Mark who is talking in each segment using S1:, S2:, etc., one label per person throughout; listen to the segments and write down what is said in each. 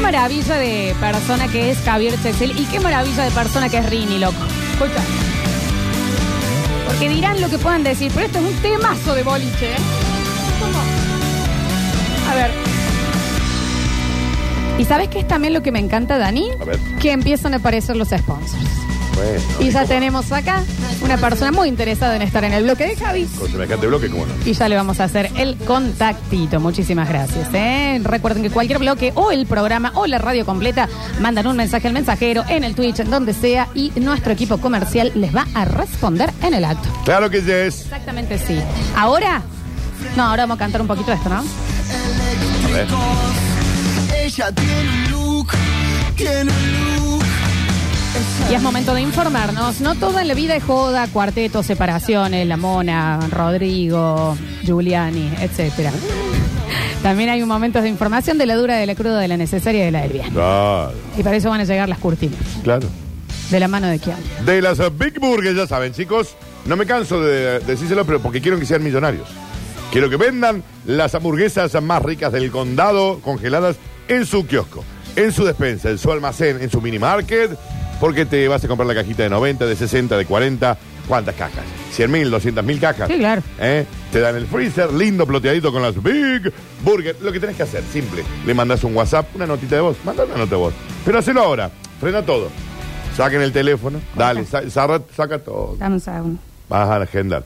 S1: maravilla de persona que es Javier Chesel y qué maravilla de persona que es Rini, loco. Escucha. Porque dirán lo que puedan decir, pero esto es un temazo de boliche, ¿eh? ¿Cómo? A ver. ¿Y sabes qué es también lo que me encanta, Dani?
S2: A ver.
S1: Que empiezan a aparecer los sponsors.
S2: Bueno,
S1: Y ya
S2: ¿cómo?
S1: tenemos acá una persona muy interesada en estar en el bloque de Javi.
S2: Con semejante bloque, ¿cómo no?
S1: Y ya le vamos a hacer el contactito. Muchísimas gracias. ¿eh? Recuerden que cualquier bloque o el programa o la radio completa mandan un mensaje al mensajero en el Twitch, en donde sea, y nuestro equipo comercial les va a responder en el acto.
S2: Claro que yes.
S1: Exactamente sí. Ahora, no, ahora vamos a cantar un poquito esto, ¿no?
S2: A ver.
S3: Ella tiene un look, tiene un look.
S1: Y es momento de informarnos. No todo en la vida es joda, cuarteto, separaciones, la mona, Rodrigo, Giuliani, etcétera. También hay un momento de información de la dura, de la cruda, de la necesaria y de la del bien.
S2: Claro,
S1: Y para eso van a llegar las cortinas.
S2: claro.
S1: ¿De la mano de quién?
S2: De las eh, Big Burgers, ya saben, chicos. No me canso de decírselo, pero porque quiero que sean millonarios. Quiero que vendan las hamburguesas más ricas del condado congeladas en su kiosco, en su despensa, en su almacén, en su mini market. Porque te vas a comprar la cajita de 90, de 60, de 40. ¿Cuántas cajas? ¿100 mil, 200 mil cajas?
S1: Sí, claro.
S2: ¿Eh? Te dan el freezer, lindo ploteadito con las Big Burger. Lo que tenés que hacer, simple. Le mandas un WhatsApp, una notita de voz. Manda una nota de voz. Pero hacelo ahora. Frena todo. Saquen el teléfono. Dale, sa- zarra- saca todo.
S1: Dame un segundo.
S2: Vas a la agenda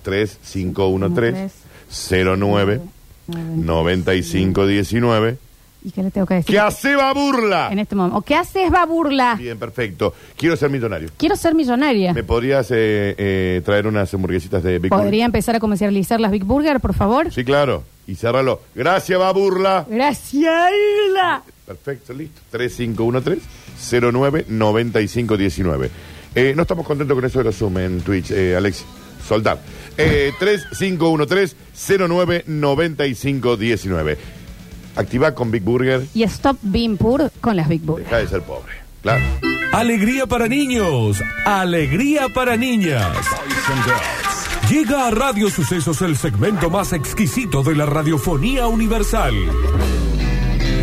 S2: 3513-09-9519.
S1: ¿Y qué le tengo que decir?
S2: ¿Qué hace va
S1: En
S2: burla?
S1: este momento. ¿O qué haces, va burla?
S2: Bien, perfecto. Quiero ser millonario.
S1: Quiero ser millonaria.
S2: ¿Me podrías eh, eh, traer unas hamburguesitas de Big Burger?
S1: ¿Podría empezar a comercializar las Big Burger, por favor?
S2: Sí, claro. Y cerralo. Gracias, va burla.
S1: Gracias. Isla.
S2: Perfecto, listo. 3513-099519. Eh, no estamos contentos con eso de los Zoom en Twitch, eh, Alex. Soldar. Eh, 3513-099519. Activa con Big Burger.
S1: Y stop being poor con las Big Burger.
S2: Deja de ser pobre. Claro.
S4: Alegría para niños, alegría para niñas. Llega a Radio Sucesos el segmento más exquisito de la radiofonía universal.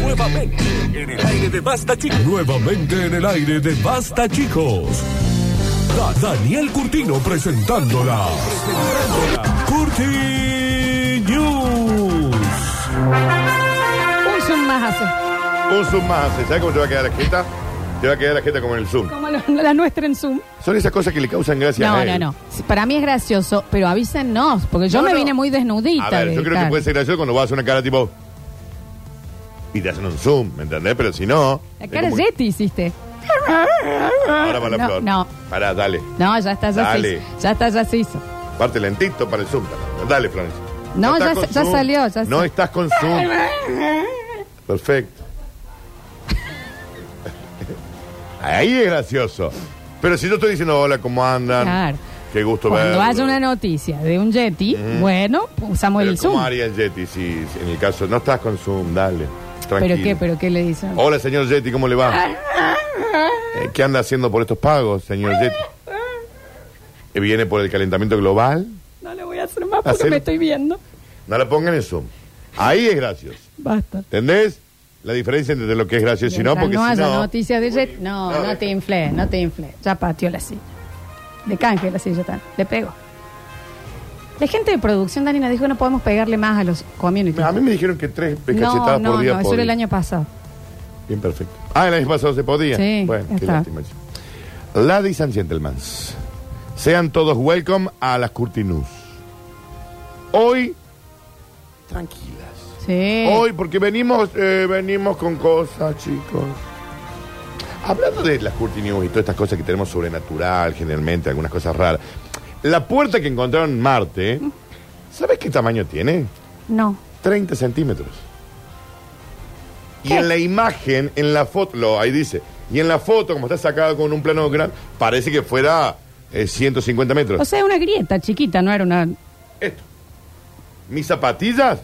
S4: Nuevamente en el aire de Basta Chicos. Nuevamente en el aire de Basta Chicos. Da- Daniel Curtino presentándola. Curti News.
S1: Un zoom más hace.
S2: Un Zoom más. ¿Sabes cómo te va a quedar la jeta? Te va a quedar la jeta como en el Zoom.
S1: Como la, la nuestra en Zoom.
S2: Son esas cosas que le causan gracia a
S1: No,
S2: él.
S1: no, no. Sí, Para mí es gracioso, pero avísennos, porque yo
S2: No,
S1: me
S2: no.
S1: vine muy desnudita.
S2: A ver,
S1: de
S2: yo creo que
S1: estar.
S2: puede ser gracioso cuando vas a hacer una cara tipo. Y te hacen un zoom, ¿me entendés? Pero si no.
S1: La
S2: es
S1: cara
S2: como-
S1: Yeti hiciste.
S2: Ahora para la
S1: No,
S2: flor.
S1: no.
S2: Pará, dale.
S1: No, ya está, ya se
S2: Dale.
S1: hizo. Ya está, ya se hizo.
S2: Parte lentito para el zoom. también. Dale, Florencia.
S1: No, ya
S2: estás con
S1: se- ya
S2: zoom.
S1: salió, ya
S2: no
S1: se-
S2: estás con zoom. Perfecto. Ahí es gracioso. Pero si yo estoy diciendo hola, ¿cómo andan?
S1: Claro.
S2: Qué gusto
S1: Cuando
S2: verlos.
S1: haya una noticia de un Yeti, bueno, usamos
S2: Pero
S1: el
S2: ¿Cómo
S1: Zoom.
S2: haría el Yeti si, si en el caso no estás con Zoom? Dale. Tranquilo.
S1: ¿Pero qué? ¿Pero qué le dicen?
S2: Hola, señor Yeti, ¿cómo le va? Eh, ¿Qué anda haciendo por estos pagos, señor Yeti? Eh, ¿Viene por el calentamiento global?
S1: No le voy a hacer más
S2: Hacelo.
S1: viendo.
S2: No la pongan en Zoom. Ahí es gracioso.
S1: Basta.
S2: ¿Entendés? La diferencia entre lo que es gracioso y no,
S1: Mientras
S2: porque
S1: no
S2: si
S1: haya
S2: no...
S1: noticias de Yeti, no,
S2: No,
S1: no,
S2: deja.
S1: te inflé, no te inflé. Ya pateó la silla. De canje la silla tan. Le pego. La gente de producción, Dani, nos dijo que no podemos pegarle más a los community.
S2: A mí me dijeron que tres
S1: no,
S2: cachetadas
S1: no,
S2: por día
S1: no, eso
S2: podía.
S1: era el año pasado.
S2: Bien, perfecto. Ah, el año pasado se podía.
S1: Sí,
S2: bueno,
S1: ya
S2: qué
S1: está.
S2: lástima. Ladies and gentlemen, sean todos welcome a las Curtinus. Hoy, tranquilas.
S1: Sí.
S2: Hoy, porque venimos, eh, venimos con cosas, chicos. Hablando de las Curti News y todas estas cosas que tenemos sobrenatural, generalmente, algunas cosas raras. La puerta que encontraron en Marte, ¿sabes qué tamaño tiene?
S1: No.
S2: 30 centímetros. Y
S1: ¿Qué?
S2: en la imagen, en la foto, lo, ahí dice, y en la foto, como está sacada con un plano gran, parece que fuera eh, 150 metros.
S1: O sea, una grieta chiquita, no era una.
S2: Esto. Mis zapatillas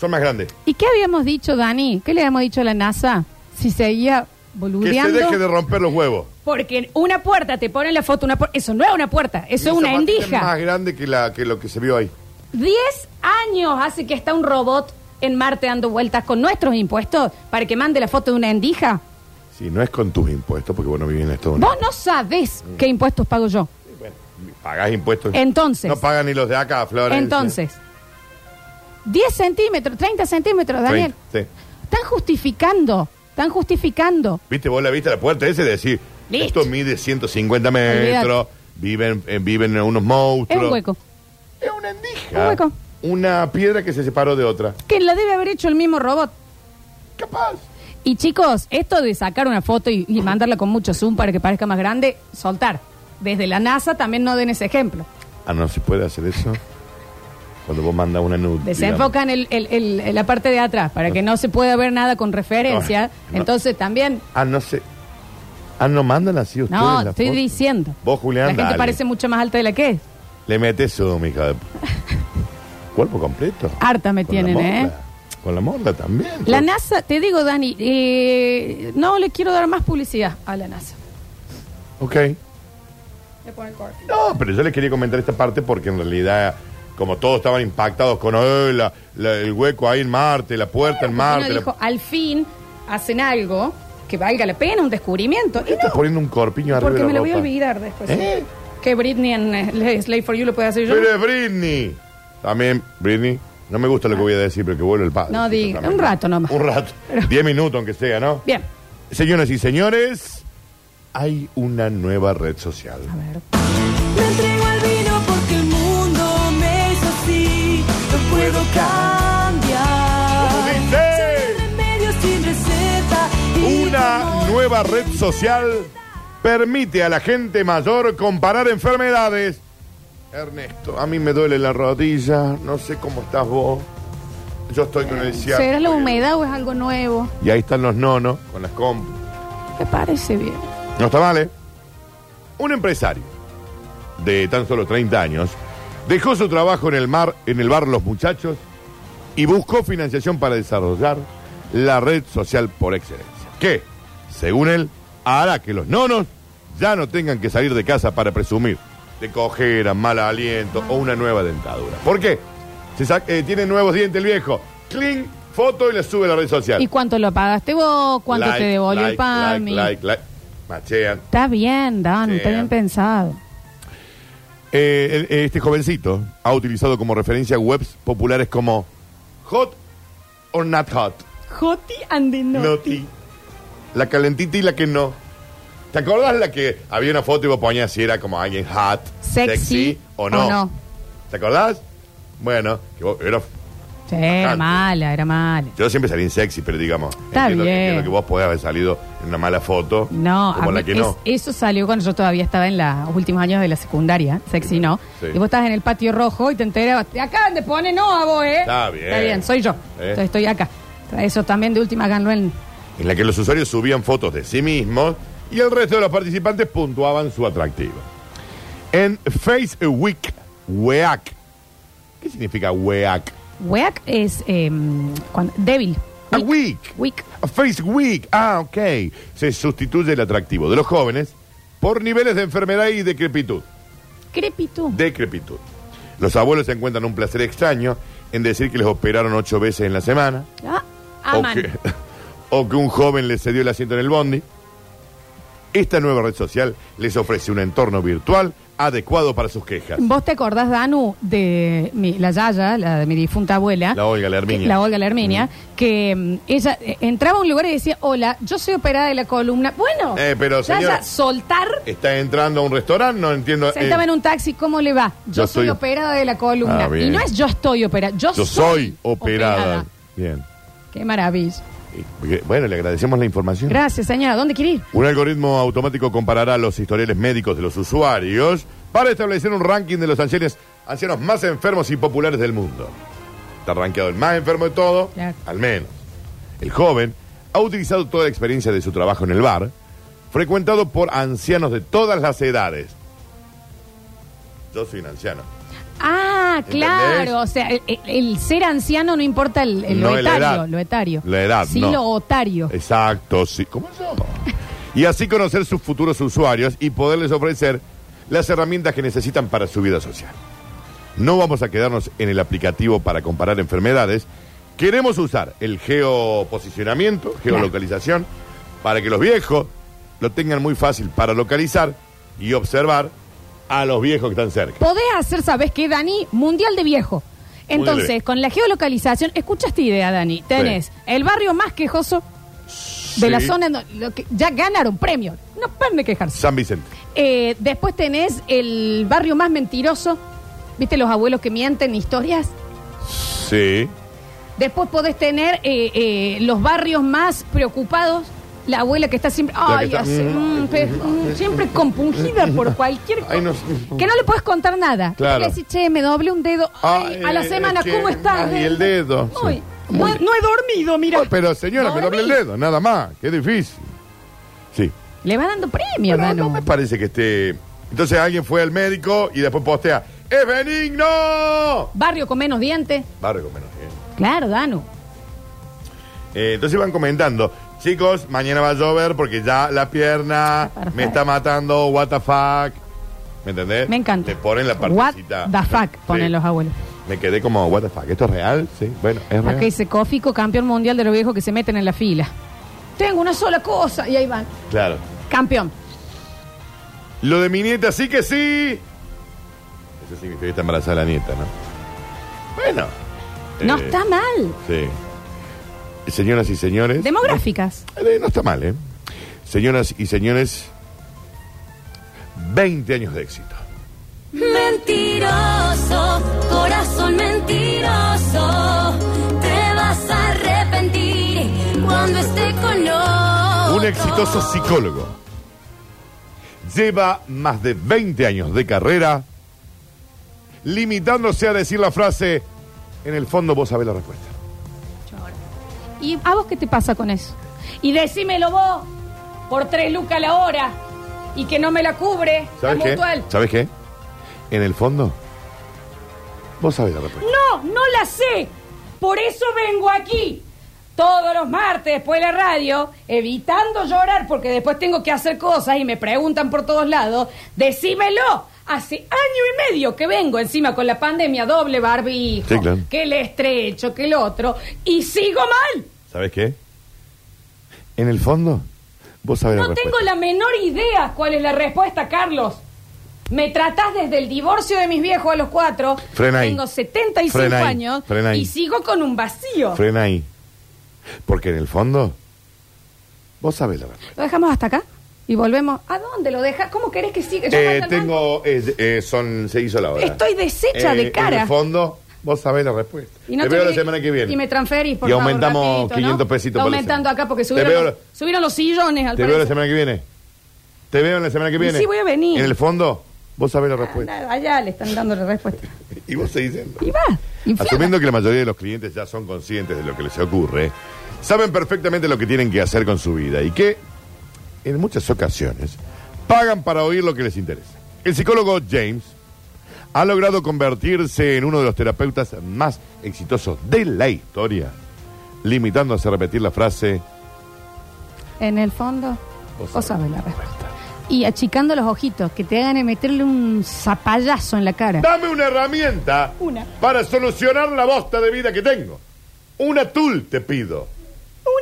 S2: son más grandes.
S1: ¿Y qué habíamos dicho, Dani? ¿Qué le habíamos dicho a la NASA? Si seguía
S2: Que se
S1: boludeando.
S2: deje de romper los huevos.
S1: Porque una puerta te ponen la foto, una puer- eso no es una puerta, eso es
S2: Mi
S1: una
S2: zapatilla es
S1: endija.
S2: más grande que, la, que lo que se vio ahí.
S1: Diez años hace que está un robot en Marte dando vueltas con nuestros impuestos para que mande la foto de una endija.
S2: Sí, no es con tus impuestos, porque vos no vivís en Estados Unidos.
S1: Vos no sabés qué impuestos pago yo.
S2: Bueno, pagás impuestos.
S1: Entonces.
S2: No pagan ni los de acá, Florencia.
S1: Entonces, 10 centímetros, 30 centímetros, Daniel.
S2: Sí.
S1: Están justificando, están justificando.
S2: Viste, vos la viste a la puerta ese de decir,
S1: Listo.
S2: esto mide 150 metros, viven, eh, viven en unos monstruos.
S1: Es un hueco.
S2: Es una endija.
S1: Un hueco.
S2: Una piedra que se separó de otra.
S1: Que la debe haber hecho el mismo robot.
S2: Capaz.
S1: Y chicos, esto de sacar una foto y, y mandarla con mucho zoom para que parezca más grande, soltar. Desde la NASA también no den ese ejemplo.
S2: Ah, no se puede hacer eso. Cuando vos mandas una nude.
S1: Desenfocan el, el- el- el- la parte de atrás para que no se pueda ver nada con referencia.
S2: No, no.
S1: Entonces también,
S2: digamos. Ah, no sé. Ah, no mandan así ustedes.
S1: no,
S2: la
S1: estoy
S2: foto?
S1: diciendo.
S2: Vos, Julián,
S1: La gente
S2: dale.
S1: parece mucho más alta de la que es.
S2: Le metes zoom, hija de... p- Cuerpo completo.
S1: Harta Ah, me
S2: Con la
S1: tienen,
S2: morla.
S1: ¿eh?
S2: Con la morla también.
S1: La NASA, te digo, Dani, eh, no le quiero dar más publicidad a la NASA.
S2: Ok. No, pero yo les quería comentar esta parte porque en realidad, como todos estaban impactados con "Eh, la- la- el hueco ahí en Marte, la puerta en
S1: Porque
S2: Marte.
S1: uno
S2: la-
S1: dijo, al fin hacen algo que valga la pena, un descubrimiento. Y
S2: ¿Qué estás
S1: no,
S2: poniendo un corpiño arriba
S1: porque
S2: de la
S1: me lo voy a
S2: ropa?
S1: olvidar después.
S2: ¿Eh?
S1: Que Britney en eh, Slave for You lo puede hacer yo.
S2: Pero es Britney. También, Britney, no me gusta lo que voy a decir, pero que vuelve el padre.
S1: No diga,
S2: También.
S1: un rato nomás.
S2: Un rato. Diez minutos aunque sea, ¿no?
S1: Bien.
S2: Señoras y señores, hay una nueva red social.
S1: A ver.
S5: Me entrego al vino porque el mundo me hizo así. No puedo cambiar.
S2: Dice,
S5: Remedio sin receta. y
S2: Una
S5: como
S2: nueva red social permite a la gente mayor comparar enfermedades. Ernesto, a mí me duele la rodilla, no sé cómo estás vos. Yo estoy con el cielo.
S1: ¿Será la humedad o es algo nuevo?
S2: Y ahí están los nonos con las comp.
S1: Me parece bien.
S2: No está mal, ¿eh? Un empresario de tan solo 30 años dejó su trabajo en el mar, en el bar Los Muchachos y buscó financiación para desarrollar la red social por excelencia, que, según él, hará que los nonos ya no tengan que salir de casa para presumir de cojera, mal aliento o una nueva dentadura. ¿Por qué? Se sa- eh, tiene nuevos dientes el viejo. Cling, foto y le sube a la red social.
S1: ¿Y cuánto lo pagaste vos? ¿Cuánto
S2: Like,
S1: te devolvió
S2: like,
S1: el PAMI?
S2: Like, like, like. Machean.
S1: Está bien, Dan,
S2: Sí.
S1: está bien pensado.
S2: Eh, el- eh, este jovencito ha utilizado como referencia webs populares como Hot or Not Hot,
S1: Joti and the
S2: Noti, La Calentita y la que no. ¿Te acordás la que había una foto y vos ponías si era como alguien hot,
S1: Sexy
S2: sexy, o, no?
S1: o no.
S2: ¿Te acordás? Bueno, que vos- era-
S1: Sí, era
S2: Bastante.
S1: mala, era mala.
S2: yo siempre salí en sexy, pero digamos,
S1: Está
S2: entiendo,
S1: bien.
S2: entiendo que vos podés haber salido en una mala foto
S1: No,
S2: como
S1: a
S2: la
S1: mí
S2: que
S1: es-
S2: no.
S1: eso salió cuando yo todavía estaba en la- los últimos años de la secundaria, sexy no.
S2: Sí.
S1: Y vos estabas en el patio rojo y te enterabas, te acaban de poner no a vos, ¿eh?
S2: Está bien.
S1: Está bien, soy yo.
S2: Eh.
S1: Entonces estoy acá. Eso también de última ganó en...
S2: en la que los usuarios subían fotos de sí mismos y el resto de los participantes puntuaban su atractivo. En Face Week, WEAC. ¿Qué significa WEAC?
S1: Weak es eh, cuando- débil.
S2: A week.
S1: Weak.
S2: A Face Week. Ah, ok. Se sustituye el atractivo de los jóvenes por niveles de enfermedad y decrepitud.
S1: Crepitud.
S2: Decrepitud. Los abuelos encuentran un placer extraño en decir que les operaron ocho veces en la semana.
S1: Ah,
S2: o
S1: aman.
S2: que, o que un joven le cedió el asiento en el bondi. Esta nueva red social les ofrece un entorno virtual adecuado para sus quejas.
S1: ¿Vos te acordás, Danu, de mi- la Yaya, la de mi difunta abuela?
S2: La Olga, la Herminia.
S1: La Olga, la Herminia, que mm, ella eh, entraba a un lugar y decía, hola, yo soy operada de la columna. Bueno,
S2: Eh, pero,
S1: Yaya,
S2: señora-
S1: soltar,
S2: Está entrando a un restaurante, no entiendo.
S1: sentaba
S2: eh,
S1: en un taxi, ¿cómo le va? Yo
S2: yo
S1: soy,
S2: soy-
S1: operada de la columna.
S2: Ah, bien.
S1: y no es yo estoy operada, yo,
S2: yo soy operada. Bien.
S1: Qué maravilla.
S2: Y- Bueno, le agradecemos la información.
S1: Gracias, señora. ¿Dónde quiere ir?
S2: Un algoritmo automático comparará los historiales médicos de los usuarios para establecer un ranking de los ancianos, ancianos más enfermos y populares del mundo. Está rankeado el más enfermo de todo,
S1: Claro.
S2: al menos. El joven ha utilizado toda la experiencia de su trabajo en el bar, frecuentado por ancianos de todas las edades. Yo soy un anciano.
S1: Ah,
S2: ¿Entendés?
S1: claro. O sea, el, el- el ser anciano no importa el, el-
S2: No,
S1: lo
S2: la
S1: etario.
S2: edad.
S1: Lo etario.
S2: La edad,
S1: Sí,
S2: no.
S1: lo otario.
S2: Exacto, sí. ¿Cómo se llama? Y así conocer sus futuros usuarios y poderles ofrecer las herramientas que necesitan para su vida social. No vamos a quedarnos en el aplicativo para comparar enfermedades. Queremos usar el geoposicionamiento, geolocalización, para que los viejos lo tengan muy fácil para localizar y observar a los viejos que están cerca.
S1: Podés hacer, ¿sabes qué, Dani? Mundial de viejo.
S2: Mundial de
S1: Entonces,
S2: viejo.
S1: con la geolocalización, escucha esta idea, Dani. Tenés
S2: Sí.
S1: el barrio más quejoso de la zona en donde- lo que ya ganaron premio. No pueden de quejarse.
S2: San Vicente.
S1: Eh, después tenés el barrio más mentiroso. ¿Viste los abuelos que mienten historias?
S2: Sí.
S1: Después podés tener eh, eh, los barrios más preocupados. La abuela que está siempre,
S2: La que
S1: ay,
S2: está,
S1: hace-
S2: mm,
S1: mm, pe- mm, siempre compungida por cualquier cosa.
S2: Ay, no-
S1: que no le puedes contar nada.
S2: Claro.
S1: Le decís, che, me doblé un dedo. Ay,
S2: Ay,
S1: a la
S2: eh,
S1: semana,
S2: che,
S1: ¿cómo estás?
S2: ay, el dedo.
S1: Uy,
S2: Sí.
S1: no, he- no he dormido, mira.
S2: Oh, pero señora, me doble el dedo, nada más. Qué difícil. Sí.
S1: Le va dando premio,
S2: Pero
S1: Danu.
S2: no me parece que esté. Entonces alguien fue al médico y después postea. ¡Es benigno!
S1: Barrio con menos dientes.
S2: Barrio con menos gente.
S1: Claro, Danu.
S2: Eh, entonces van comentando, chicos, mañana va a llover porque ya la pierna
S1: Perfecto.
S2: me está matando, what the fuck. ¿Me entendés?
S1: Me encanta.
S2: Te ponen la
S1: What
S2: partecita.
S1: the fuck,
S2: Sí.
S1: ponen los abuelos.
S2: Me quedé como, what the fuck, ¿esto es real? Sí, bueno, es real.
S1: Acá dice Cófico, campeón mundial de los viejos que se meten en la fila. Tengo una sola cosa. Y ahí van.
S2: Claro.
S1: Campeón.
S2: Lo de mi nieta sí que sí. Eso significa que está embarazada la nieta, ¿no? Bueno.
S1: No
S2: eh,
S1: está mal.
S2: Sí. Señoras y señores.
S1: Demográficas.
S2: Eh, No está mal, ¿eh? Señoras y señores, 20 años de éxito.
S5: Mentiroso, corazón mentiroso, te vas a arrepentir cuando esté con otro.
S2: Un exitoso psicólogo. Lleva más de 20 años de carrera limitándose a decir la frase, en el fondo vos sabés la respuesta.
S1: ¿Y a vos qué te pasa con eso? Y decímelo vos, por tres lucas la hora, y que no me la cubre, la
S2: ¿Sabes qué?
S1: mutual.
S2: ¿Sabes qué? En el fondo, vos sabés la respuesta.
S1: No, no la sé. Por eso vengo aquí. Todos los martes después de la radio, evitando llorar porque después tengo que hacer cosas y me preguntan por todos lados, decímelo. Hace año y medio que vengo encima con la pandemia, doble barbijo,
S2: Sí, claro.
S1: que el estrecho, que el otro, y sigo mal.
S2: ¿Sabes qué? En el fondo, vos sabés la
S1: No
S2: respuesta.
S1: tengo la menor idea cuál es la respuesta, Carlos. Me tratás desde el divorcio de mis viejos a los cuatro.
S2: Frena ahí.
S1: Tengo 75
S2: Frena ahí.
S1: años
S2: Frena ahí.
S1: y sigo con un vacío.
S2: Frena ahí. Porque en el fondo, vos sabés la verdad.
S1: ¿Lo dejamos hasta acá? Y volvemos. ¿A dónde lo dejas? ¿Cómo querés que siga? Yo
S2: Eh,
S1: mando al banco.
S2: tengo. eh, eh, son, se hizo la hora. Eh,
S1: Estoy deshecha de cara.
S2: En el fondo, vos sabés la respuesta. te veo la
S1: olvides-
S2: semana que viene.
S1: Y me transferís, por
S2: Y
S1: favor,
S2: aumentamos
S1: rapidito, ¿no?
S2: 500 pesitos
S1: Está
S2: por la
S1: aumentando
S2: semana.
S1: acá porque
S2: Te
S1: subieron,
S2: veo
S1: los,
S2: la-
S1: subieron los sillones al
S2: Te veo la
S1: parecer.
S2: semana que viene. Te veo la semana que viene.
S1: sí, voy a venir.
S2: En el fondo, vos sabés la respuesta.
S1: Nada, Allá le están dando la respuesta.
S2: Y vos seguís yendo.
S1: Y va. inflada.
S2: Asumiendo que la mayoría de los clientes ya son conscientes de lo que les ocurre, saben perfectamente lo que tienen que hacer con su vida y que, en muchas ocasiones, pagan para oír lo que les interesa. El psicólogo James ha logrado convertirse en uno de los terapeutas más exitosos de la historia, limitándose a repetir la frase,
S1: En el fondo,
S2: Vos
S1: vos
S2: sabés.
S1: sabés la respuesta. Y achicando los ojitos, que te hagan meterle un zapallazo en la cara.
S2: dame una herramienta
S1: Una.
S2: para solucionar la bosta de vida que tengo. Una tul te pido.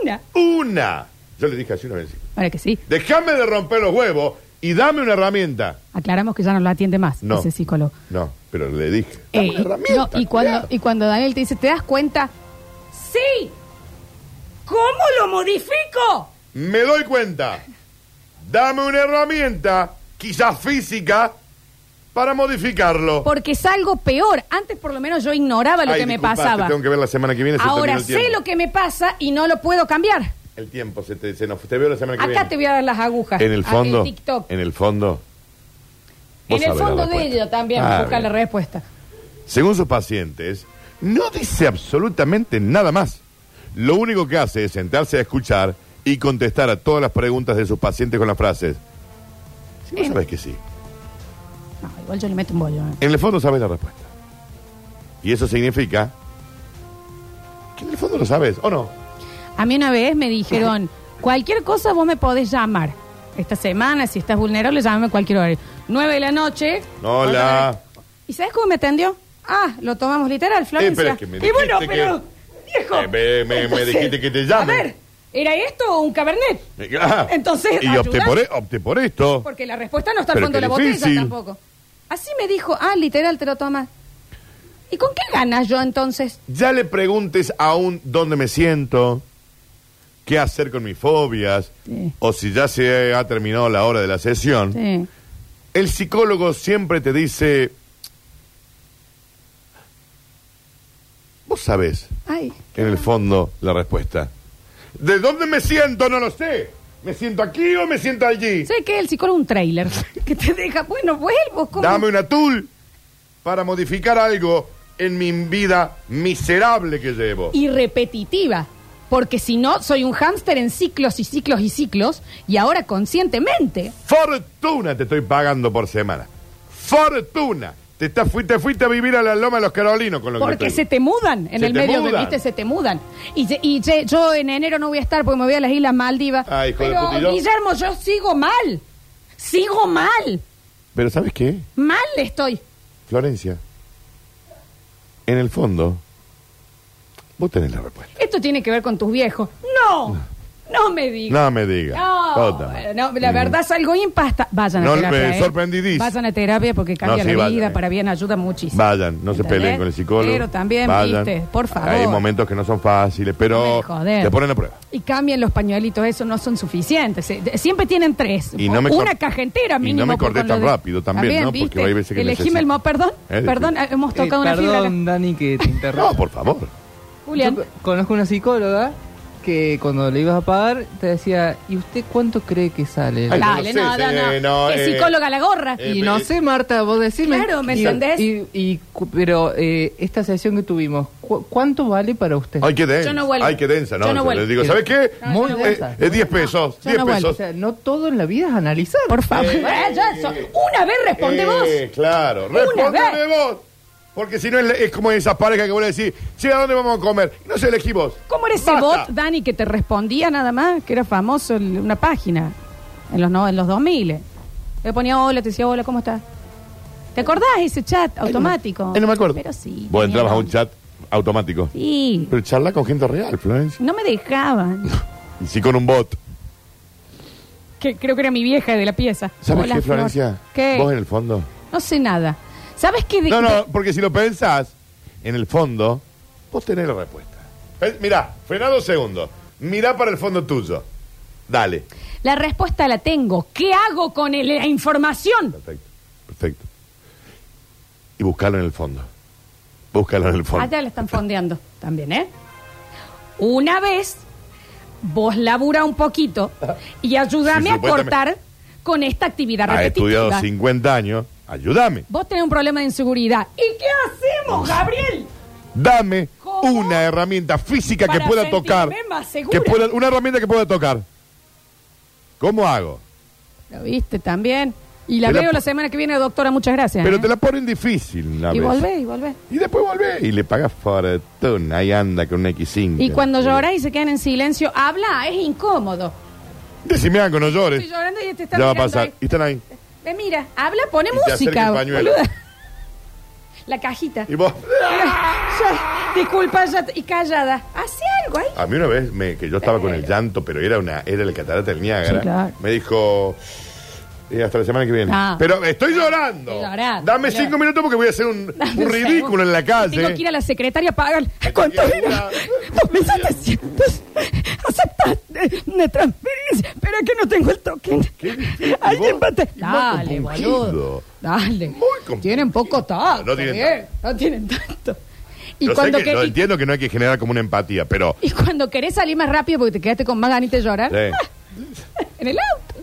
S1: Una.
S2: Una. Yo le dije así una vez.
S1: Ahora que sí,
S2: Déjame de romper los huevos y dame una herramienta.
S1: aclaramos que ya no la atiende más
S2: No.
S1: ese psicólogo.
S2: No, pero le dije. Dame
S1: Eh,
S2: una herramienta.
S1: no, y, cuando,
S2: claro.
S1: y cuando Daniel te dice, ¿te das cuenta? ¡Sí! ¿Cómo lo modifico?
S2: Me doy cuenta. Dame una herramienta, quizás física, para modificarlo.
S1: Porque salgo peor. Antes por lo menos yo ignoraba lo
S2: Ay,
S1: que me
S2: disculpa, te
S1: pasaba.
S2: Tengo que ver la semana que viene. se terminó
S1: Ahora
S2: el
S1: sé
S2: tiempo.
S1: lo que me pasa y no lo puedo cambiar.
S2: El tiempo se te, se nos- te veo la semana que viene.
S1: Acá te voy a dar las agujas. Ah,
S2: En el fondo.
S1: En TikTok. En,
S2: En el fondo. vos
S1: el
S2: sabés la
S1: fondo de
S2: respuesta.
S1: ello también
S2: Ah,
S1: busca la
S2: bien.
S1: respuesta.
S2: Según sus pacientes, no dice absolutamente nada más. Lo único que hace es sentarse a escuchar y contestar a todas las preguntas de sus pacientes con las frases. Si vos
S1: Eh.
S2: sabés que sí.
S1: No, igual yo le meto un bollo. ¿eh?
S2: En el fondo sabes la respuesta. Y eso significa que en el fondo lo sabes, ¿o no?
S1: A mí una vez me dijeron, cualquier cosa vos me podés llamar. Esta semana, si estás vulnerable, llámame a cualquier hora. 9 de la noche.
S2: Hola.
S1: ¿Y sabes cómo me atendió? Ah, lo tomamos literal, Florencia.
S2: Eh, pero es que me
S1: y bueno,
S2: dijiste
S1: pero,
S2: que-
S1: viejo.
S2: Eh, me- me- me dijiste que te llame.
S1: A ver, ¿era esto o un cabernet?
S2: Eh, claro.
S1: Entonces,
S2: Y opté
S1: ayudá.
S2: por, e- opté por esto.
S1: Porque la respuesta no está al
S2: Pero
S1: fondo de la
S2: qué
S1: botella
S2: difícil.
S1: tampoco. Así me dijo, ah, literal, te lo tomas. ¿Y con qué ganas yo entonces?
S2: Ya le preguntes aún dónde me siento, qué hacer con mis fobias,
S6: Sí.
S2: o si ya se ha terminado la hora de la sesión.
S6: Sí.
S2: El psicólogo siempre te dice, vos sabés
S1: Ay,
S2: en el fondo la respuesta. ¿De dónde me siento? No lo sé. ¿Me siento aquí o me siento allí?
S1: ¿sabes qué? El psicólogo es un trailer que te deja, bueno, vuelvo. ¿cómo?
S2: Dame una tool para modificar algo en mi vida miserable que llevo.
S1: Y repetitiva. Porque si no, soy un hámster en ciclos y ciclos y ciclos. Y ahora conscientemente.
S2: Fortuna te estoy pagando por semana. Fortuna. Te, estás- fui- te fuiste a vivir a la Loma de los Carolinos con lo que
S1: Porque
S2: estoy-
S1: se te mudan en
S2: Se
S1: el
S2: te
S1: medio de
S2: mudan.
S1: viste, se te mudan. Y, ye- y ye- yo en enero no voy a estar porque me voy a las Islas Maldivas.
S2: Ay, Ah, hijo de
S1: Pero,
S2: puta, ¿y yo?
S1: Guillermo, yo sigo mal. Sigo mal.
S2: Pero ¿sabes qué?
S1: Mal estoy.
S2: Florencia, en el fondo, vos tenés la respuesta.
S1: Esto tiene que ver con tus viejos. No, no me digas.
S2: No me Mm. digas.
S1: No, eh,
S2: Todo está mal.
S1: no, la verdad salgo impasta. Vayan a
S2: No,
S6: me
S1: terapia. ¿eh?
S2: sorprendidís.
S6: Vayan a terapia porque
S1: Cambia
S2: No, sí,
S1: la
S2: vayan,
S1: vida
S2: eh.
S1: para bien, ayuda muchísimo.
S2: Vayan, no se
S6: ¿Entendés?
S2: peleen con el psicólogo.
S6: Pero también,
S2: Vayan.
S6: viste, por favor.
S2: Hay momentos que no son fáciles, pero
S6: No me joder.
S2: te ponen a prueba.
S1: Y cambien los pañuelitos, esos no son suficientes. Eh, de- Siempre tienen tres.
S2: Y no me
S1: Una
S2: cor-
S1: caja entera
S2: y no
S1: mínimo.
S2: me corté
S1: con lo
S2: tan rápido también, ¿no? Porque
S1: ¿viste?
S2: hay veces que
S1: Elegime el
S2: necesito.
S1: mo... Perdón,
S2: Eh,
S1: perdón,
S2: sí.
S1: ah, hemos tocado
S7: Eh,
S1: una fibra.
S7: perdón, Dani, que te interrumpa.
S2: No, por favor.
S1: Julián,
S7: Yo conozco una psicóloga que cuando le ibas a pagar te decía, ¿y usted cuánto cree que sale?
S2: Ay,
S1: dale,
S2: no
S1: no,
S2: sé,
S1: no, no.
S2: eh, no,
S1: Es
S2: eh,
S1: psicóloga la gorra.
S2: eh,
S7: Ah, y no
S2: eh,
S7: sé, Marta, vos decime.
S1: Claro, ¿me
S7: Y-
S1: entendés?
S7: y- y cu- pero eh, esta sesión que tuvimos, ¿cu- ¿cuánto vale para usted?
S2: Ay, qué densa.
S1: Yo no vuelvo.
S2: Ay, qué densa. No,
S1: Yo no vuelvo.
S2: Les digo, ¿sabes qué?
S7: Muy
S2: Eh,
S7: densa.
S2: eh, 10 pesos.
S6: yo
S2: 10
S6: no vuelvo.
S7: O
S2: pesos.
S7: sea, no todo en la vida es analizar.
S6: Por favor.
S1: Eh, ya, so- una vez responde vos.
S2: Eh, Claro,
S1: Una
S2: respóndeme
S1: vez.
S2: vos. Porque si no es, es como esa pareja que vos le decís, che, ¿a dónde vamos a comer? Y No se elegí vos.
S1: ¿Cómo era ese
S2: Basta.
S1: bot, Dani, que te respondía nada más? Que era famoso en una página en los, no, en los 2000. Le ponía hola, te decía hola, ¿cómo estás? ¿Te acordás de ese chat automático?
S2: Ay, no me acuerdo.
S1: Pero sí.
S2: Vos
S1: tenía
S2: entrabas a un
S1: nombre.
S2: chat automático.
S1: Sí.
S2: Pero charla con gente real, Florencia.
S1: No me dejaban.
S2: Y sí con un bot.
S1: que creo que era mi vieja de la pieza.
S2: ¿Sabes
S1: Hola,
S2: qué,
S1: Flor.
S2: Florencia?
S1: ¿Qué?
S2: Vos en el fondo.
S1: No sé nada. ¿Sabes qué? De-
S2: No,
S1: de-
S2: no, porque si lo pensás, en el fondo, vos tenés la respuesta. Pen- Mirá, frená dos segundos. Mirá para el fondo tuyo. Dale.
S1: La respuesta la tengo. ¿Qué hago con el- la información?
S2: Perfecto. Perfecto. Y buscalo en el fondo. Búscalo en el fondo.
S1: Allá la están fondeando también, ¿eh? Una vez, vos labura un poquito y ayúdame
S2: Sí,
S1: a
S2: supuestamente.
S1: cortar con esta actividad
S2: Ha estudiado
S1: repetitiva.
S2: 50 años. Ayúdame.
S1: Vos tenés un problema de inseguridad. ¿Y qué hacemos, Gabriel?
S2: Dame
S1: ¿Cómo?
S2: una herramienta física que
S1: Para
S2: pueda
S1: sentirme
S2: tocar.
S1: más segura.
S2: Que pueda, una herramienta que pueda tocar. ¿Cómo hago?
S1: ¿Lo viste también? Y la
S2: Te la
S1: veo
S2: po-
S1: la semana que viene, doctora, muchas gracias.
S2: Pero
S1: ¿eh?
S2: te la ponen difícil una
S1: Y
S2: vez.
S1: volvé, y volvé.
S2: Y después volvés. Y le pagas fortuna. Ahí anda con un X5.
S1: Y cuando lloras y se quedan en silencio, habla, es incómodo.
S2: Decime algo, no llores.
S1: Estoy llorando y te está
S2: Ya va a
S1: mirando
S2: pasar.
S1: ahí.
S2: Y están ahí.
S1: Ve, mira, habla, pone
S2: Y te acerca
S1: música.
S2: el pañuelo.
S1: boluda. La cajita.
S2: Y vos.
S1: Ya, disculpa, ya, y callada. Hace algo ahí.
S2: A mí una vez me- que yo estaba con el
S1: Eh.
S2: llanto, pero era una era el catarata del
S6: Sí,
S2: Niágara.
S6: claro.
S2: Me dijo "Eh, hasta la semana que viene.
S1: Ah.
S2: Pero estoy llorando.
S1: Estoy llorando.
S2: Dame
S1: Mira.
S2: cinco minutos porque voy a hacer un, un ridículo en la calle.
S1: Tengo que ir a la secretaria a pagar. ¿Cuánto
S2: que ir
S1: dinero?
S2: a-
S1: Dos mil setecientos. Aceptaste una transferencia, eh, pero que no tengo el token. Alguien bate.
S2: Y más
S1: Dale,
S2: compungido.
S1: boludo. Dale.
S2: compungido.
S1: Tienen poco tacto.
S2: No tienen
S1: bien. No tienen tanto. Y
S2: Yo sé
S1: cuando
S2: que-
S1: que-
S2: yo
S1: y-
S2: entiendo que no hay que generar como una empatía, pero.
S1: Y cuando querés salir más rápido porque te quedaste con más ganitas de llorar,
S2: eh,
S1: en el auto.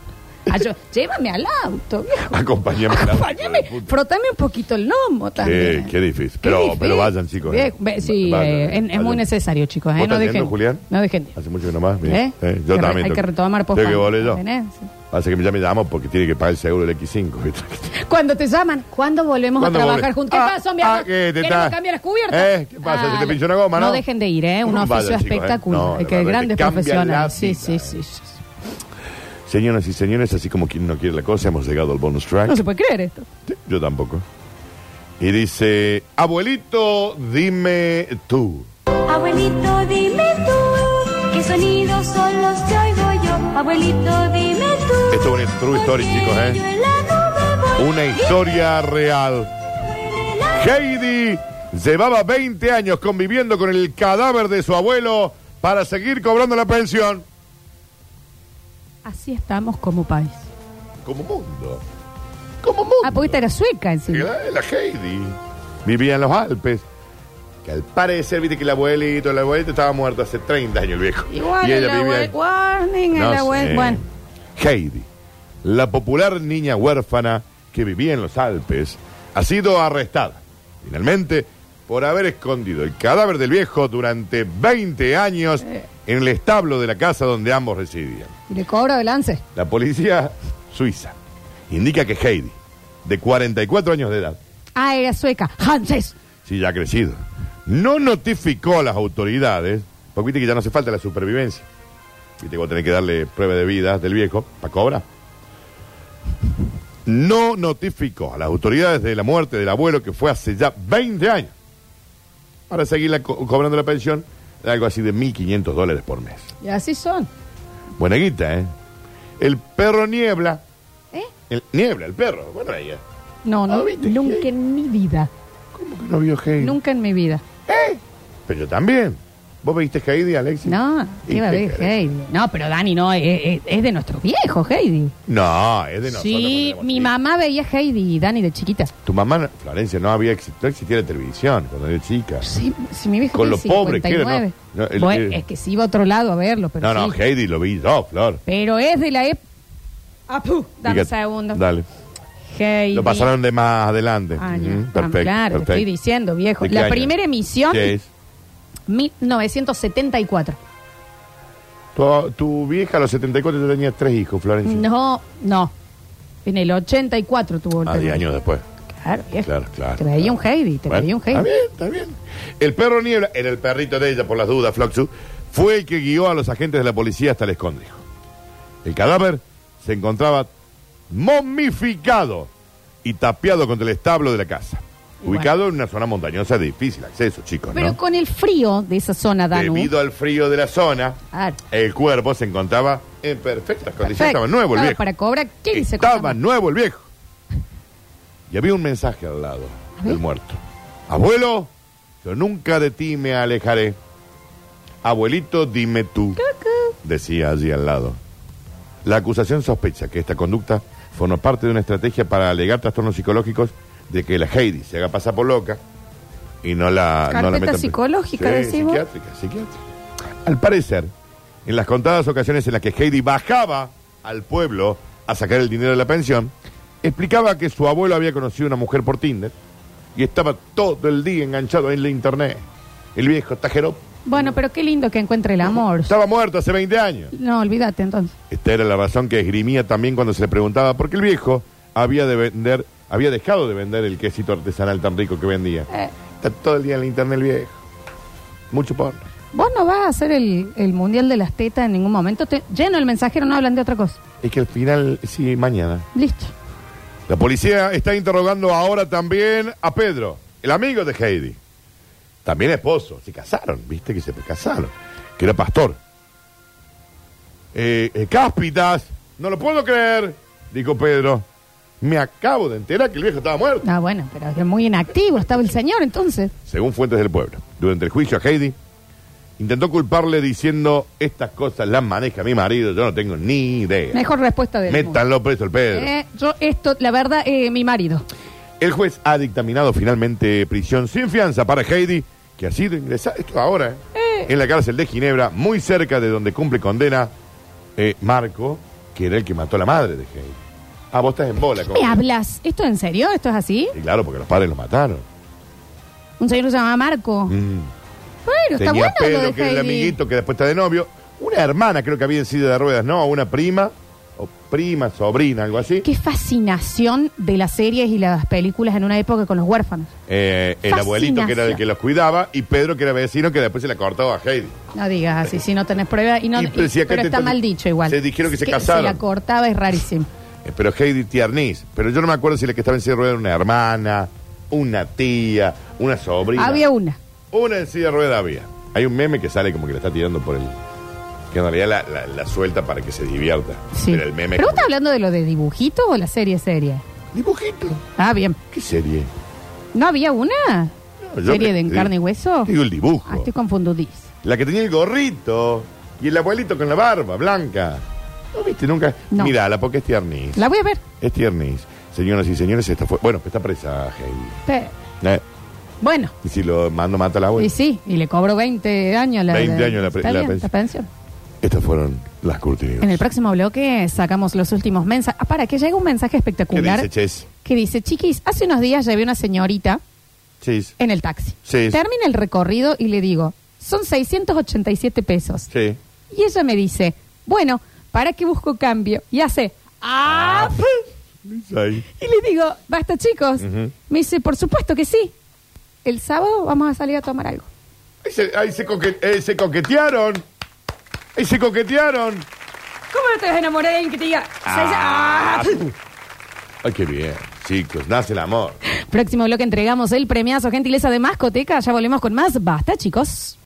S1: Ah, yo- llévame al auto, viejo.
S2: acompáñame. al auto,
S1: Acompáñame,
S2: hijo de puta.
S1: frotame un poquito el lomo
S2: Qué,
S1: también.
S2: qué difícil. Pero,
S1: difícil.
S2: pero vayan, chicos. eh.
S1: Bien, ve- sí,
S2: Vayan,
S6: eh,
S2: vayan.
S6: en- es muy necesario, chicos.
S2: ¿Vos
S6: Eh, no
S2: estás
S6: dejen.
S2: yendo, Julián?
S6: No dejen.
S2: Hace mucho que nomás.
S6: ¿Eh?
S2: Yo
S6: Hay que re-
S2: también.
S6: hay que retomar
S2: Tengo que
S6: post-punk,
S2: volver yo.
S6: ¿entendés? Sí.
S2: Hace que me llame Damo porque tiene que pagar el seguro del X5. ¿viste?
S1: Cuando te llaman, ¿cuándo volvemos
S2: ¿Cuándo
S1: a trabajar
S2: volvés?
S1: juntos? ¿Qué
S2: Ah,
S1: pasó, mi
S2: ah,
S1: amor?
S2: que te
S1: ¿Queremos
S2: está-
S1: cambiar las cubiertas? Ah,
S2: Eh, ¿qué pasa? ¿Se te pinchó una goma, no?
S6: dejen de ir, ¿eh? Un
S2: Vaya,
S6: oficio
S2: chicos, eh.
S6: espectacular.
S2: No, la
S6: Hay que
S2: verdad,
S6: grandes
S2: te cambia la
S6: profesionales. Sí, sí,
S2: vida.
S6: sí, sí.
S2: Señoras y señores, así como quien no quiere la cosa, hemos llegado al bonus track.
S1: No se puede creer esto.
S2: Sí, Yo tampoco. Y dice, abuelito, dime tú.
S5: Abuelito, dime tú, ¿qué Mis sonidos son los que oigo yo. Abuelito, dime tú.
S2: Esto es una true story,
S5: porque
S2: chicos,
S5: yo
S2: ¿eh?
S5: en la nube voy
S2: Una
S5: y
S2: historia real.
S5: vuela la
S2: Heidi llevaba 20 años conviviendo con el cadáver de su abuelo para seguir cobrando la pensión.
S1: Así estamos como país.
S2: Como mundo. Como mundo.
S6: pues
S1: Ah, porque esta era sueca encima.
S2: Era La Heidi. Vivía en los Alpes. Que al parecer, viste que el abuelito, el abuelito estaba muerto hace 30 años el viejo.
S1: Igual el
S2: vivía
S1: abuelo,
S2: en-
S1: warning, el
S2: No
S1: abuelo.
S2: sé.
S1: Bueno,
S2: Heidi, la popular niña huérfana que vivía en los Alpes, ha sido arrestada, finalmente, por haber escondido el cadáver del viejo durante 20 años en el establo de la casa donde ambos residían.
S1: y le cobro de lance.
S2: La policía suiza indica que Heidi, de 44 años de edad,
S1: Ah, era sueca. Hanses.
S2: si ya ha crecido, no notificó a las autoridades, porque viste que ya no hace falta la supervivencia. Viste que vos tenés que darle prueba de vida del viejo para cobrar. No notificó a las autoridades de la muerte del abuelo que fue hace ya 20 años. Para seguir la co- cobrando la pensión, de algo así de 1.500 dólares por mes.
S1: Y así son.
S2: Buena guita, ¿eh? El perro niebla.
S1: ¿Eh?
S2: El, niebla, el perro. Bueno, ahí, ¿eh?
S1: No, no,
S2: Ah, ¿viste?
S1: nunca en mi vida.
S2: ¿Cómo que no vio Heidi?
S1: Nunca en mi vida.
S2: Pero yo también. ¿Vos viste Heidi, Alexis?
S1: No,
S2: ¿Y
S1: ¿qué va a
S2: qué
S1: ver
S2: querés?
S1: Heidi? No, pero Dani no, es, es- es de nuestro viejo Heidi.
S2: No, es de nosotros. cuando
S1: sí,
S2: éramos
S1: mi
S2: chicos.
S1: mamá veía Heidi y Dani de chiquita.
S2: Tu mamá, no- Florencia, no había exi- no existía la televisión cuando era chica.
S1: Sí, sí, mi viejo
S2: Con
S1: tiene
S2: lo pobre que era, ¿no?
S1: 59.
S2: No, el-
S1: Bueno,
S2: el-
S1: es que si iba a otro lado a verlo, pero
S2: No, no,
S1: sí.
S2: Heidi lo vi yo, Flor.
S1: Pero es de la época... Dame un
S2: Fíjate.
S1: segundo.
S2: Dale.
S1: Heidi.
S2: Lo pasaron de más adelante.
S1: Años.
S2: Ujú,
S1: Ah, claro, te estoy diciendo, viejo.
S2: ¿De qué
S1: La
S2: año?
S1: primera emisión,
S2: Sí, es.
S1: 1974.
S2: Tu, tu vieja a los 74 ya tenía tres hijos, Florencia.
S1: No, no. En el 84 tuvo el
S2: Ah, 10
S1: primer.
S2: años después.
S1: Claro, viejo.
S2: Claro, claro.
S1: Te veía
S2: claro.
S1: un Heidi, te
S2: Bueno,
S1: veía un Heidi.
S2: Está bien, está bien. El perro Niebla, era el perrito de ella, por las dudas, Floxu, fue el que guió a los agentes de la policía hasta el escondrijo. El cadáver se encontraba momificado y tapiado contra el establo de la casa.
S1: bueno.
S2: Ubicado en una zona montañosa de difícil acceso, chicos,
S1: Pero
S2: ¿no?
S1: con el frío de esa zona, Danu.
S2: Debido al frío de la zona,
S1: Ah,
S2: el cuerpo se encontraba en perfectas condiciones.
S1: perfecto.
S2: Estaba nuevo el
S1: Claro,
S2: viejo.
S1: Para cobrar, ¿qué dice?
S2: Estaba nuevo el viejo. Y había un mensaje al lado del muerto. Abuelo, yo nunca de ti me alejaré. Abuelito, dime tú. Decía allí al lado. La acusación sospecha que esta conducta formó parte de una estrategia para alegar trastornos psicológicos de que la Heidi se haga pasar por loca y no la, no la
S1: Carpeta
S2: metan presa.
S1: psicológica,
S2: Sí,
S1: decís vos.
S2: psiquiátrica, psiquiátrica. Al parecer, en las contadas ocasiones en las que Heidi bajaba al pueblo a sacar el dinero de la pensión, explicaba que su abuelo había conocido a una mujer por Tinder y estaba todo el día enganchado en la internet. El viejo tajero
S1: Bueno, pero qué lindo que encuentre el amor.
S2: estaba muerto hace 20 años.
S1: No, olvídate entonces.
S2: Esta era la razón que esgrimía también cuando se le preguntaba por qué el viejo había de vender, había dejado de vender el quesito artesanal tan rico que vendía. Está todo el día en la internet el viejo. Mucho porno.
S1: Vos no vas a hacer el, el mundial de las tetas en ningún momento. Te- lleno el mensajero, no hablan de otra cosa.
S2: Es que al final, sí, mañana.
S1: Listo.
S2: La policía está interrogando ahora también a Pedro, el amigo de Heidi. También esposo. Se casaron, viste que se casaron. Que era pastor. Eh, eh, cáspitas, no lo puedo creer, dijo Pedro. Me acabo de enterar que el viejo estaba muerto.
S1: Ah, bueno, pero es muy inactivo estaba el señor entonces.
S2: Según fuentes del pueblo, durante el juicio a Heidi, intentó culparle diciendo, estas cosas las maneja mi marido, yo no tengo ni idea.
S1: Mejor respuesta del mundo.
S2: Métanlo preso el Pedro.
S1: Eh, yo esto, la verdad, eh, mi marido.
S2: El juez ha dictaminado finalmente prisión sin fianza para Heidi, que ha sido ingresada, esto ahora, ¿eh? en la cárcel de Ginebra, muy cerca de donde cumple condena eh, Marco, que era el que mató a la madre de Heidi. Ah, vos estás en bola.
S1: ¿Qué
S2: con-
S1: hablas? ¿Esto en serio? ¿Esto es así?
S2: Y claro, porque los padres lo mataron.
S1: Un señor que se llama Marco.
S2: Mm.
S1: Bueno, está
S2: Tenía
S1: bueno lo
S2: Pedro,
S1: de
S2: que era el
S1: Heidi.
S2: amiguito, que después está de novio. Una hermana, creo que había en silla de ruedas, ¿no? Una prima, o prima, sobrina, algo así.
S1: Qué fascinación de las series y las películas en una época con los huérfanos.
S2: Eh, el abuelito, que era el que los cuidaba, y Pedro, que era vecino, que después se la cortaba a Heidi.
S1: No digas así, si no tenés prueba. Y no,
S2: Y, pero si
S1: y-
S2: acá
S1: pero
S2: te
S1: está
S2: están-
S1: mal dicho igual.
S2: se dijeron que se
S1: Se
S2: casaron.
S1: la cortaba, es rarísimo.
S2: Eh, Pero Heidi Tiernís. Pero yo no me acuerdo si la que estaba en silla de ruedas era una hermana, una tía, una sobrina.
S1: Había una.
S2: Una en silla de ruedas había. Hay un meme que sale como que la está tirando por el, que en realidad la, la- la suelta para que se divierta.
S1: Sí.
S2: Pero el meme.
S1: ¿Pero vos estás hablando de lo de dibujitos o la serie serie?
S2: Dibujito.
S1: Ah, bien.
S2: ¿Qué serie?
S1: ¿No había una?
S2: No, yo
S1: ¿Serie
S2: te-
S1: de en
S2: te-
S1: carne y hueso?
S2: Digo el dibujo.
S1: Ah, estoy confundidís.
S2: La que tenía el gorrito y el abuelito con la barba blanca. ¿No viste nunca?
S1: No.
S2: Mírala, porque es tiernis.
S1: La voy a ver.
S2: Es tiernis. Señoras y señores, esta fue. Bueno, está presa, Heidi.
S1: Pe-
S2: Eh,
S1: Bueno,
S2: y si lo mando, mata a la
S1: y
S2: abuela.
S1: sí, y le cobro 20 años la
S2: 20 años la pre-
S1: está
S2: la
S1: bien,
S2: pensión.
S1: la pensión.
S2: Estas fueron las curtinidas.
S1: En el próximo bloque sacamos los últimos mensajes. Ah, para que llega un mensaje
S2: ¿Qué
S1: espectacular
S2: dice Ches?
S1: que dice, chiquis, hace unos días llevé una señorita
S2: Chis.
S1: en el taxi.
S2: Sí.
S1: Termina el recorrido y le digo, son 687 pesos.
S2: Sí.
S1: Y ella me dice, bueno, ¿para qué busco cambio? Y hace, ¡ah!
S2: Ahí.
S1: Y le digo, basta chicos.
S2: Ujú.
S1: Me dice, por supuesto que sí. El sábado vamos a salir a tomar algo.
S2: Ahí se, ahí se coque- eh, se coquetearon. Ahí se coquetearon.
S8: ¿Cómo no te vas a enamorar de alguien que te diga? "Ah".
S2: Ay, qué bien. Chicos, nace el amor.
S1: Próximo bloque entregamos el premiazo Gentileza de Mascoteca. Ya volvemos con más. Basta chicos.